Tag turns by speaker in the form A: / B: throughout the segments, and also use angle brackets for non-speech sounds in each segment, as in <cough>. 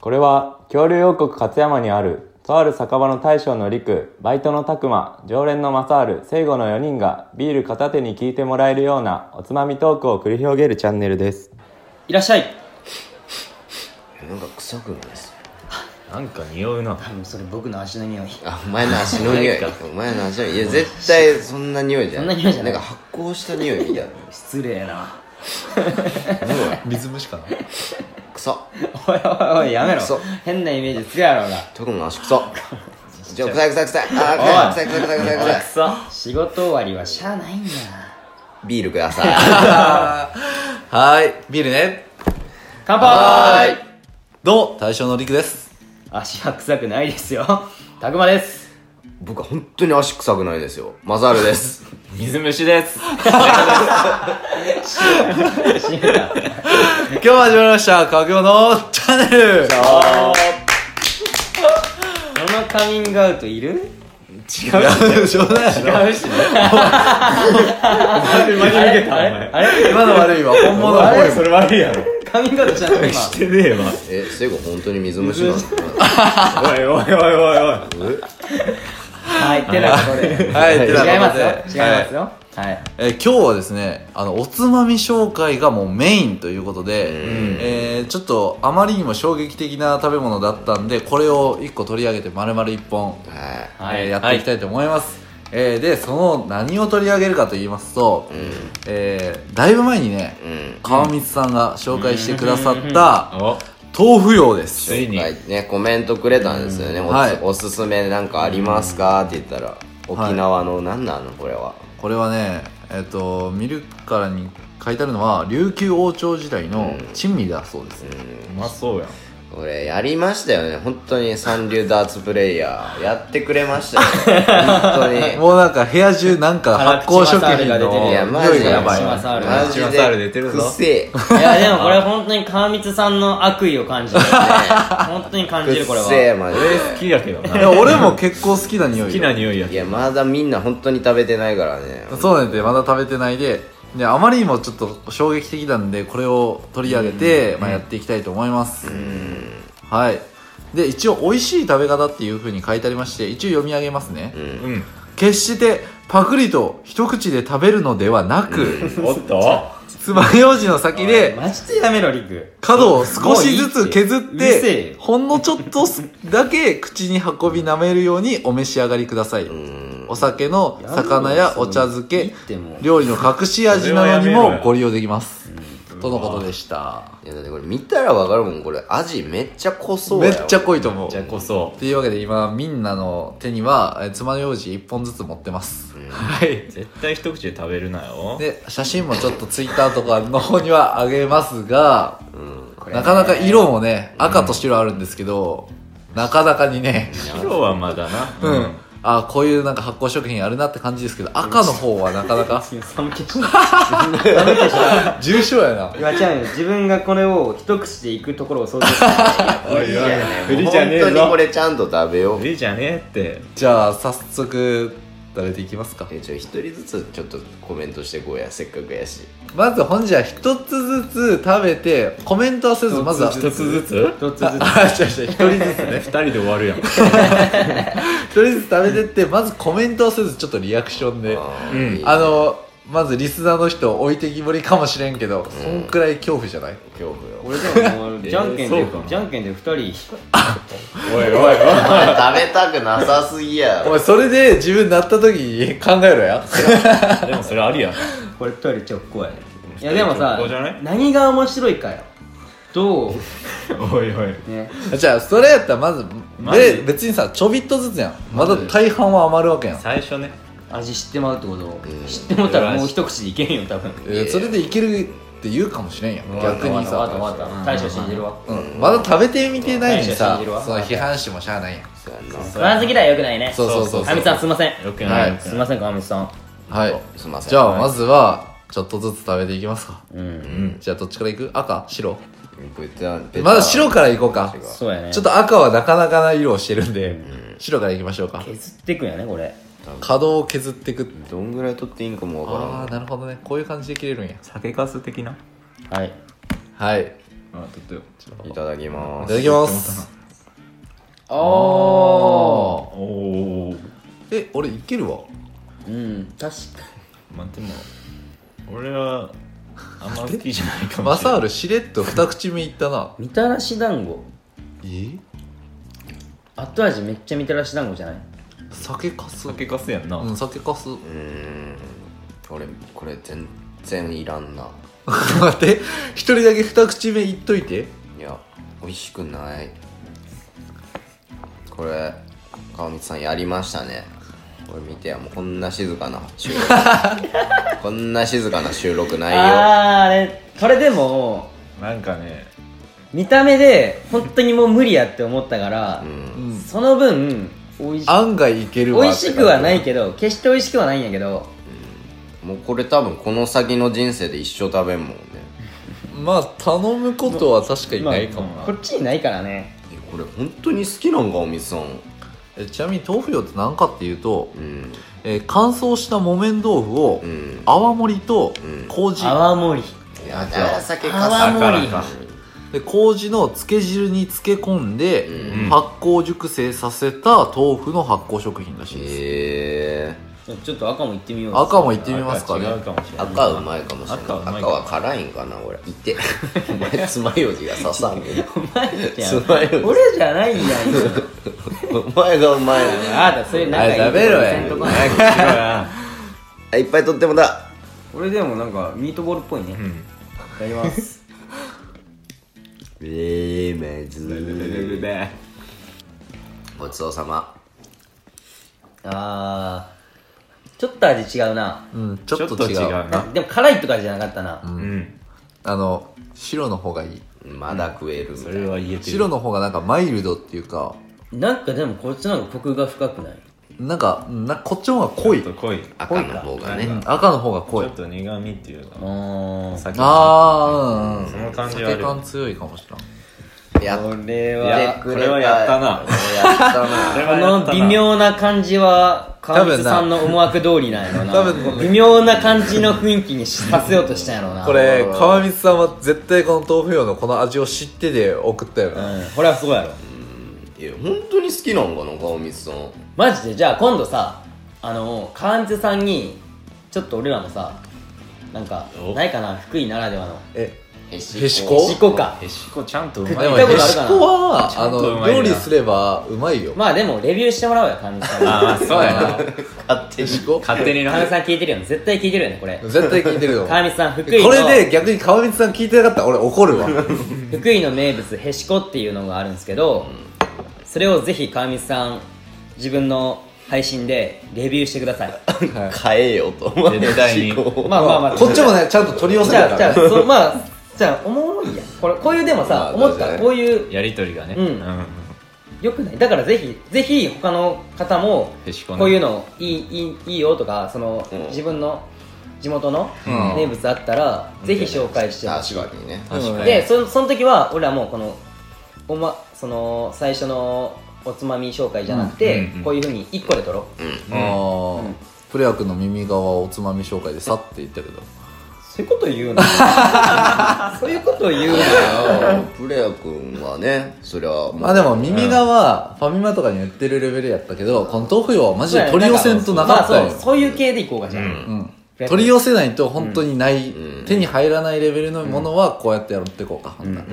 A: これは恐竜王国勝山にあるとある酒場の大将の陸バイトの拓磨常連の正治聖護の4人がビール片手に聞いてもらえるようなおつまみトークを繰り広げるチャンネルです
B: いらっしゃい
C: なんか臭くないです
A: なんか匂うな
B: 多分それ僕の足の匂い
C: あお前の足の匂いお前の足の匂いいや絶対そんな匂いじゃない
B: そんな匂いじゃない
C: んか発酵した匂いみたい
B: 失礼な
C: ななんか
A: 水虫かな
C: 臭っ
B: おいおいおいやめろ
C: そう
B: 変なイメージつけやろうが
C: 特に足臭っじゃあ臭い臭い臭いあー臭い臭い臭い臭い臭い臭い
B: そ仕事終わりはしゃあないんだ
C: ビールくださいはい
D: ビールね。
B: 乾杯
D: どうも、大将のりくです。
B: 足は臭くないですよたくまです
C: 僕は本当に足臭くないですよマサールです
A: 水虫です
B: 死んだ
D: 今日も始まりました、かぐまのチャンネル
B: このカミングアウトいる
D: 違う、しょうがないだろ。
B: 違うしねあれあれあれ
D: 今の悪いわ、本物
B: あ
D: の
B: れ
D: 声も。
A: れ悪いやろ
B: カミングアウトしたの今 <laughs>
A: てねえわ
C: えセイゴ本当に水虫なの
A: おいおいおいおいおい
B: はいてなこれ違い
D: はい、てな
B: ま
D: こと
B: す
D: で
B: よ違いますよはい
D: えー今日はですねあのおつまみ紹介がもうメインということで、えーちょっとあまりにも衝撃的な食べ物だったんでこれを1個取り上げて丸々1本、
C: はい
B: は
D: えー
B: い
D: やっていきたいと思います、えーでその何を取り上げるかと言いますと、えーだいぶ前にね、
C: うん
D: 川光さんが紹介してくださった豆腐用です
A: ついに
C: はいねコメントくれたんですよねお
D: は
C: す
D: い
C: おすすめなんかありますかって言ったら沖縄の何なのこれは
D: これはねえっ、と見るからに書いてあるのは琉球王朝時代の珍味だそうです、
A: うまそうやん
C: 俺やりましたよね本当に三流ダーツプレイヤーやってくれましたよ本当に
D: もうなんか部屋中なんか発酵食品の
B: もう
C: いやマジ
D: 匂い
C: で
D: がやばい
B: 島サウル
C: マジ
A: 島サウル
C: で
A: 出てるぞ
C: くせえく
B: いやでもこれ本当に川光さんの悪意を感じ <laughs> る本当に感じるこれ
C: っせえ
B: は
C: マジ
A: 俺好
C: で
A: きやけど
D: い
A: な
D: や俺も結構好きな匂
A: 好
D: い
A: きな匂いや
C: いやまだみんな本当に食べてないからね
D: そうなんでまだ食べてないでであまりにもちょっと衝撃的なんでこれを取り上げて、まあ、やっていきたいと思いますはいで一応美味しい食べ方っていうふうに書いてありまして一応読み上げますね、
A: うん
D: 決してパクリと一口で食べるのではなく
A: おっと
D: <laughs> 爪楊枝の先で
B: マジでやめろリク
D: 角を少しずつ削っ
B: もういいってうるせえ
D: て
B: よ
D: ほんのちょっとだけ口に運び舐めるようにお召し上がりくださいお酒の魚やお茶漬
B: いい
D: け
B: ってもう
D: 料理の隠し味なのに
A: それはやめろ
D: も
A: よ
D: ご利用できますとのことでした
C: いやだってこれ見たらわかるもんこれ味めっちゃ濃そう
D: め
C: や
D: っちゃ
C: い
D: 濃いと思う
A: じゃあこそ
D: というわけで今みんなの手にはえ爪楊枝1本ずつ持ってますはい
A: 絶対一口で食べるなよ
D: で写真もちょっとツイッターとかの方にはあげますが
B: これね
D: なかなか色もね赤と白あるんですけどなかなかにね
A: 白はまだ
D: う、
A: なん
D: あこういうなんか発酵食品あるなって感じですけど赤の方はなか
B: <laughs>
D: なか
B: 寒気しない寒気しない
D: 重症やな
B: 今ちゃうよ自分がこれを一口でいくところを想像してる
A: おいおい
C: 本当にこれちゃんと食べよう
A: 振りじゃねえって
D: じゃあ早速食べていきますか
C: えちょ一人ずつちょっとコメントしてこうやせっかくやし
D: まず本日は一つずつ食べてコメントはせずまずは
A: 一つずつ
B: 一つずつ
D: あ違う違う一人ずつ
A: 二人で終わるやん
D: 一人ずつ食べてってまずコメントはせずちょっとリアクションで
C: あ
A: うん
C: ーいい
D: あのまずリスナーの人置いてきぼりかもしれんけど、そんくらい恐怖じゃない
C: 恐怖よ
B: 俺でももう
A: えー
B: じゃんけん
A: そ
B: で
A: うかな
B: じゃんけんで二人
A: おいおいおい
C: 食べたくなさすぎや
D: お
C: ろ
D: 前それで自分なった時に考えろや
A: でもそれありや
B: これ二人直行やねいやでもさ
A: 直行じゃない
B: 何が面白いかよど
A: おいおいう
B: ね
D: <laughs> じゃあそれやったらまず
A: マジ
D: で別にさちょびっとずつやんまだ大半は余るわけやん、
A: 最初ね
B: 味知ってまうってことを知ってもうたらもう一口でいけんよ多分
D: えーそれでいけるって言うかもしれんやん逆に
B: わかったわ
D: さ、
B: かった大将信じるわ
D: うん、まだ食べてみてないの
B: 大
D: に
B: 将信
D: さ
B: じるわ
D: その批判してもしゃあないやん
C: そうやな
B: 食わず嫌いよくないね
D: そうそうそう
B: か
D: そ
B: み
D: う
B: さんすいません
A: よくないよく
B: すい
A: ない
B: ませんかみさん
D: はい
C: すいません
D: じゃあまずはちょっとずつ食べていきますか、
B: うん
D: じゃあどっちからいく赤白
C: こいつはベタ
D: まだ白からいこうか
B: そうやね
D: ちょっと赤はなかなかな色をしてるんで、白からいきましょうか
B: 削っていくんやねこれ
D: 角を削っていく
C: どんぐらい取っていいんかもわからん
D: ああなるほどねこういう感じで切れるんや
A: 酒かす的な
B: はい
D: はいあ取ってよ
C: いただきます
D: いただきます
B: おー
D: おーえ俺いけるわ
B: うん確か
E: まあでも俺はあんま好きじゃないかも
D: マ
E: しれ
D: サ
E: な
D: ー
E: い
D: ルしれっと二口目いっ
B: <laughs>
D: たな
B: にみたらし団子
D: え
B: 後味めっちゃみたらし団子じゃない
D: 酒かす
E: 酒かすやんな、
D: うん酒かす <laughs>
C: うーん俺これ全然いらんな
D: 待って一人だけ二口目いっといて
C: いや美味しくないこれ川光さんやりましたねこれ見てよもうこんな静かな収
D: <laughs>
C: 録こんな静かな収録ないよ
B: あーあれこれでも
E: なんかね
B: 見た目で本当にもう無理やって思ったから、
C: うん
D: うん
B: その分美味し
D: 案外いけるわ
B: 美味しくはないけど決して美味しくはないんやけど
C: もうこれ多分この先の人生で一生食べんもんね
D: まあ頼むことは確かにないかもな、
B: こっちにないからね
C: えこれ本当に好きなんかおみさん
D: えちなみに豆腐よって何かっていうと、
C: うん
D: えー乾燥した木綿豆腐を
C: うん
D: 泡盛りと
C: うん
D: 麹、
B: 泡盛り
C: いやだから酒か
B: 泡
C: さ
B: 盛
E: からか
D: で麹の漬け汁に漬け込んで、
C: うん
D: 発酵熟成させた豆腐の発酵食品らしいです、
C: へえ
B: ちょっと赤も行ってみよう
D: 赤もいってみますかね
E: 赤違うかもしれない
C: 赤うまいかもしれない
E: 赤
C: 赤
E: うまいかも
C: は辛いんかな俺い
E: <laughs>
C: てお前つまようじが刺さんけど
B: お前じゃ
C: つまようん
B: 俺じゃないんやん
C: お前がうまいよね
B: あなたそれ仲いい
D: あやめろや
B: せんとこな <laughs>
C: あいっぱい取ってもだ
B: 俺でもなんかミートボールっぽいねい
E: ん
B: ただきます
C: ええまずいごちそうさま
B: あーちょっと味違うな
D: うん、ちょっ
E: ちょっ
D: と
E: と
D: 違う
E: 違うな
B: でも辛いとかじゃなかったな、
E: うん
D: あの白の方がいい
C: まだ食えるみた
E: そ
C: い
E: れ
C: な
E: は言えてる
D: 白の方がなんかマイルドっていうか
B: なんかでもこっちの方がコクが深くない
D: なんかうんなこっちの方が濃い、
E: ちょっと濃い
C: 赤の方がね
D: うん赤の方が濃
E: ちょ
D: い
E: っと苦味っていうか
B: うん
E: 酒
D: ああ
E: その感じはあ
D: 酒
E: る
D: 感強いかもしれない
C: やっ
B: これ
E: いや
B: は
E: これはやったな
C: これやった
E: こ
C: な
E: れ
B: こ
E: はやっ
B: の
E: たな
B: 微妙な感じは川口さんの思惑通りなんやろな
D: 多分
B: 微妙な感じの雰囲気にさせようとしたんやろな
D: これ川光さんは絶対この豆腐用のこの味を知ってで送ったよ
B: う
D: な、
B: んこれはすごいやろ
C: いや本当に好きなんかな顔みつさん
E: <laughs>
B: マジでじゃあ今度さあの川口さんにちょっと俺らもさなんか
E: お
B: ないかな福井ならではの
D: え
C: へ
D: へしこ
B: しこか
E: へしこちゃんとう
B: 食っ
E: まい
D: でも
B: た
D: へ
B: ことある
D: し
B: か
D: こ
B: な
D: は
E: ち
D: あ
E: ゃんとう
D: の
E: まいな
D: 料理すればうまいよ
B: まあでもレビューしてもらおうよ川口さんに
E: あーまあそうやな
C: 勝手
D: へ
C: に
D: しこ
E: 勝手に
B: 川
E: な
B: 口さん聞いてるよね絶対聞いてるよねこれ
D: 絶対聞いてるよ
B: 川口さん
D: こ
B: 福井の
D: れで逆に川光さん聞いてなかったら俺怒るわ
B: 福井の名物へしこっていうのがあるんですけど、それをぜひ川光さん自分の配信でレビューしてください
C: 変えようと思って
E: 絶対
C: <laughs>
E: に
C: へしこを
B: まあまあまあ
D: こっちもねちゃんと取り寄せ
B: じ
D: た
B: ゃあ
D: か
B: じゃあ
D: ら
B: そうまあじゃあおもろいやんこれこういうでもさ、
C: まあ
B: 思っ
C: そう
B: た
C: だね
B: こういう
E: やりとりがね
B: うんよくないだからぜひぜひ他の方も
E: へしこね
B: こういうのいいいいいいよとかその、
C: うん
B: 自分の地元の
D: うん
B: 名物あったら、ぜひ紹介してほしい
C: 確かにね
D: 確かに
B: でそその時は俺はもうこのお、ま、その最初のおつまみ紹介じゃなくて、
E: うんうんうん
B: こういうふうに1個で撮ろう
D: ああープレア君の耳側をおつまみ紹介でさって言ったけど
B: そういうこと言うの <laughs> そういうこと言うのよ
C: プレア君はねそりゃもう
D: まあでも耳側はファミマとかに売ってるレベルやったけどこの豆腐用はマジ
B: そうや
D: で
B: ね
D: 取り寄せんとなかった
B: まあ
D: よ
B: そうそういう系でいこうかじゃあ、
E: うん
D: うん取り寄せないと本当にない、
C: うん
D: 手に入らないレベルのものはこうやってやっていこうか、ほんなら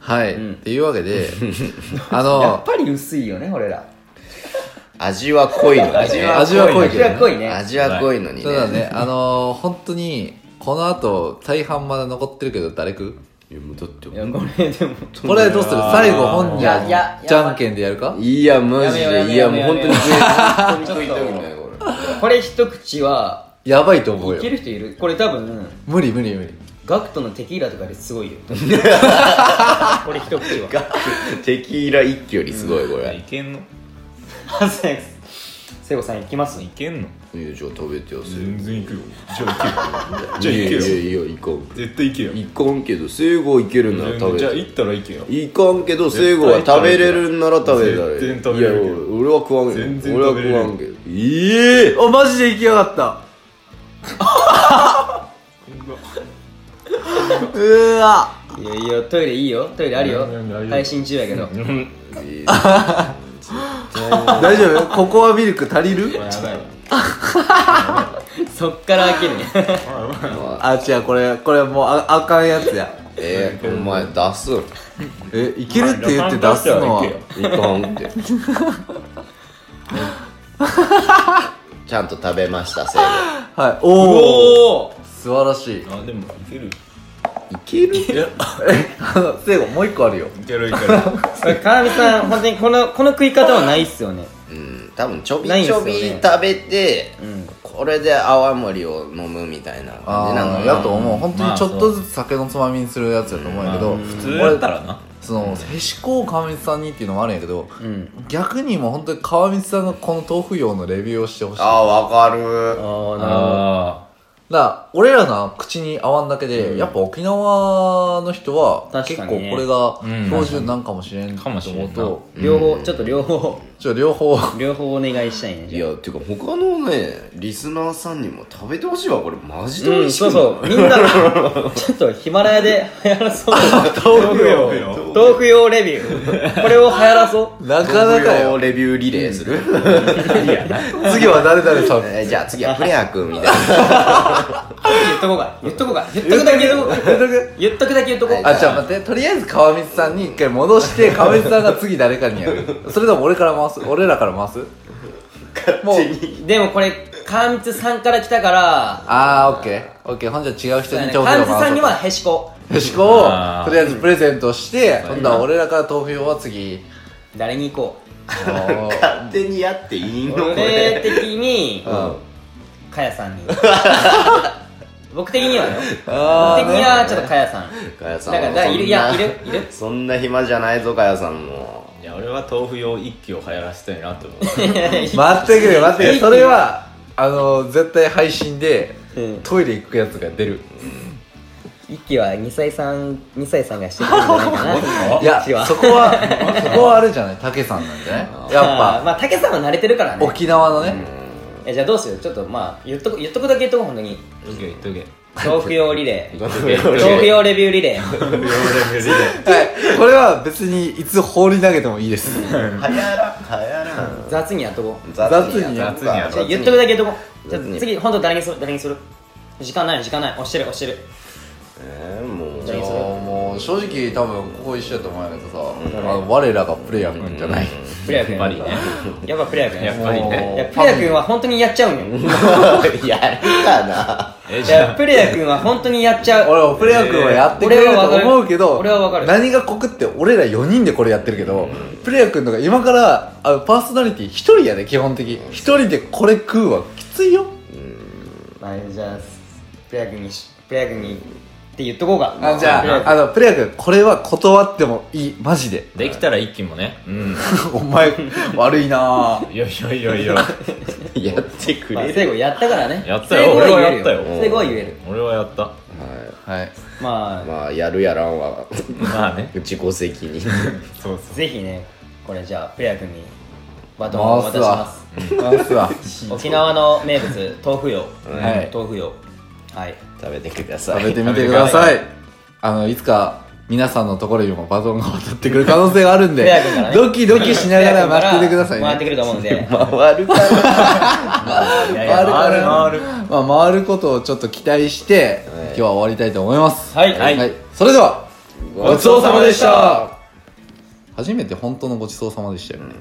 D: はい、
B: うん
D: っていうわけであ
B: やっ
D: の
B: ぱり薄いよね俺ら
C: 味は濃いのにね
E: 味
D: 味は濃い
B: 味
D: けど、
B: は濃
D: ね、
B: いね
C: 味は濃いのにね
D: そうだねあのー、本当にこの後大半まだ残ってるけど誰食う
C: いやもうだって
B: いやこれでも
D: これどうする最後本
B: い
D: 人
B: やいや
D: じゃんけんでやるか
C: いやマジ
B: やめよう
C: でいや
B: や
C: も
B: め
C: う
B: よう
C: 本当に
B: やめよう
C: 食い
B: やめよう
C: たくないこ
B: これ一口は
D: やばいと思う
B: いけ
D: よ
B: る人いるこれ多分
D: 無理無理無理
B: ガクトのテキーラとかです <laughs> ごいよこれ一口は
C: れテキーラ一挙よりすごいこれ
E: いけんの
B: ハズレックス聖子さんいきます
E: いけんの
C: いやじゃあ食べてよせ
E: 然いくよじゃあいけよ
C: いやいやいやいかん
E: 絶対いけよ
C: いかんけど聖子いけるんなら食べて
E: ったらいけよ
C: いかんけど聖子は食べれるんなら食べたらいい
E: 全然食べれる
C: いや俺は食わんけ
E: 全
C: ど
E: 然
C: 俺は
E: 食べれ
C: 食
E: る
C: わんけどええ
D: おマジでいきやがったうーわ
B: いやいやトイレいいよトイレあるよ
E: うんうん大丈夫
B: 配信中やけど
C: えー
D: <laughs> 大丈夫ココアミルク足りる
E: やばいわ
B: そっから開けるね
D: あ違うこれこれもうああかんやつや
C: えー、お前出す
D: えいけるって言って出すのは
E: ロカンとしてはいけよ
C: いかんってちゃんと食べましたせい
D: はいおお素晴らしい
E: あでもいける
C: でいける
D: <laughs> せいごもう一個あるよ
E: いけるいける
B: 川上さん本当にこのこの食い方はないっすよね
C: うん多分ちょび
B: ないんす
C: ち
B: よ
C: ょ
B: ね
C: び食べて、
B: うん
C: これで泡盛を飲むみたいな感
D: あ
C: じなの
D: あ
C: か
D: や
C: な
D: と思う本当にちょっ
E: まあ
D: とずつ酒のつまみにするやつやと思うんやけど、
E: まあ普通やったらな
D: そのへしこを川光さんにっていうのもあるんやけど、
B: うん
D: 逆にもう本当に川光さんがこの豆腐用のレビューをしてほしいだか
C: あーわ
B: あ
C: かる
B: あなるほど
E: あ
D: ら俺らの口に合わんだけで、やっぱ沖縄の人は
B: 確
D: 結
B: か
D: 構
B: に
D: こ
B: ね
D: れが
E: うん
D: 標準なんかもしれん
E: かも
D: と
E: し
D: 思
E: れ
D: うん
E: な
D: と
B: 両方ちょっと両方
D: ちょ両方
B: 両方お願いしたいね
C: い
B: じゃあ
C: やてか他のねリスナーさんにも食べてほしいわこれマジで美
B: う
C: 味
B: ん
C: しくな
B: そ
C: いう
B: そうみんなちょっとヒマラヤで流行らそう
E: 豆腐よ
B: 豆腐用レビューこれを流行らそう
D: なかなかよ
C: レビューリレーする、
D: 次は誰々さん
C: えーじゃあ次はプレア君みたい <laughs> な
B: 言っとこうか言っとこうか言っとくだけ言っとこう言っとくだけ言っとこう
D: あじゃあ待ってとりあえず川光さんに一回戻
B: <laughs>
D: して川光さんが次誰かにやるそれとも俺から回す俺らから回すもう
B: でもこれ川光さんから来たから
D: ああオッケーオッケーほんじゃ違う人
B: 川光
D: に調味料回そう
B: さんにはへしこ <laughs>
D: へしこを
E: あー
D: とりあえずプレゼントして今度は俺らから投票は
B: <laughs>
D: 次
B: 誰に行こう
D: あのー
C: 勝手にやっていいのこ
B: 俺
C: れ
B: 的にかやさ
D: <laughs>
B: んに僕的にはよ僕的
D: あー
B: にはちょっとかやさん
C: かやさん
B: だからだからいるいやいるいる
C: そんな暇じゃないぞかやさんも
E: いや俺は豆腐用一気を流行らせたいなと思う
B: <laughs>
D: 待ってくれ待ってくれそれはあのー絶対配信でトイレ行くやつが出る
B: 一気は2歳さん2歳さんがしてくれるんじゃないか
D: <laughs>
B: な
D: いや
B: 一は
D: そこは
B: <laughs>
D: そこはあれじゃないたけさんなんじゃないやっ
B: あー
D: ぱ
B: まあ武さんは慣れてるからね
D: 沖縄のね
B: えじゃあどうするちょっとまあ言っとく言っとくだけ言っとこう本
D: <laughs>
B: 当に
E: 言っとけ言っとけ
B: 豆腐用リレー
E: 言っとけ言っとけ
B: 豆腐用レビューリレー
E: 豆腐用レビューリレー
D: はいこれは別にいつ放り投げてもいいです
C: はやらんはやらん
B: 雑にやっとこう
D: 雑にや
E: る雑にやる
B: じゃあ言っとくだけ言っとこうじ
C: 雑
B: ゃあ
C: に
B: 次本当誰にする誰にする時間ない時間ない押してる押してる
C: えーもう
B: じゃあいいっす
D: もう正直多分ここ一緒やと思うんやけどさあの我らがプレイヤーくんじゃない
B: プレア君
E: やっぱりね
B: やっぱプレア君
E: やっぱりね
B: いやプレア君は本当にやっちゃうんよ
C: やるかな
E: え
B: い
E: じゃ
B: や
E: あ
B: プレア君は本当にやっちゃう
D: 俺はプレア君はやってくれると思うけど、
B: 俺はわかる俺はわか
D: 何が酷って俺ら4人でこれやってるけど、プレア君とか今からあのパーソナリティ1人やで基本的1人でこれ食うはきついよ
B: まあじゃあプレア君にしプレア君にって言っとこうか
D: あじ
B: プレア
D: ゃ
B: 君
D: ああのプレア君これは断ってもいいマジで <laughs>
E: できたら一気もねうん
D: お前悪いなぁ
E: いやいやいやいや
C: やってく
B: まあ、
C: れ
B: 聖
C: る
B: 子やったからね
E: やったよ
B: 聖子言える
E: 俺はやったよ
B: 聖子は言える
E: <laughs> 俺はやった
D: はい
B: <laughs> まあ
C: まあやるやらんは
E: まあね
C: 自己責任
E: そうそ
B: ぜひねこれじゃあプレア君にバトンを渡します
D: 回すわ
B: 沖縄の名物豆腐よ、
D: はい
B: 豆腐よはい
C: 食べてくださ
D: 食
C: い
D: べてみてくださいあのいつか皆さんのところにもバトンが渡ってくる可能性があるん
B: プレ
D: で
B: ア君からね
D: ドキドキしながら待っててください
B: 回って
D: ね
B: くると思うんで
C: 回るか
E: ういやい
D: 回
E: や
D: るか
E: 回る
D: ら
E: 回る
D: まあ、回ることをちょっと期待して、今日は終わりたいと思います
B: はいはい
D: それでは
C: ごちそうさまでした
D: 初めて本当のごちそうさまでしたよね、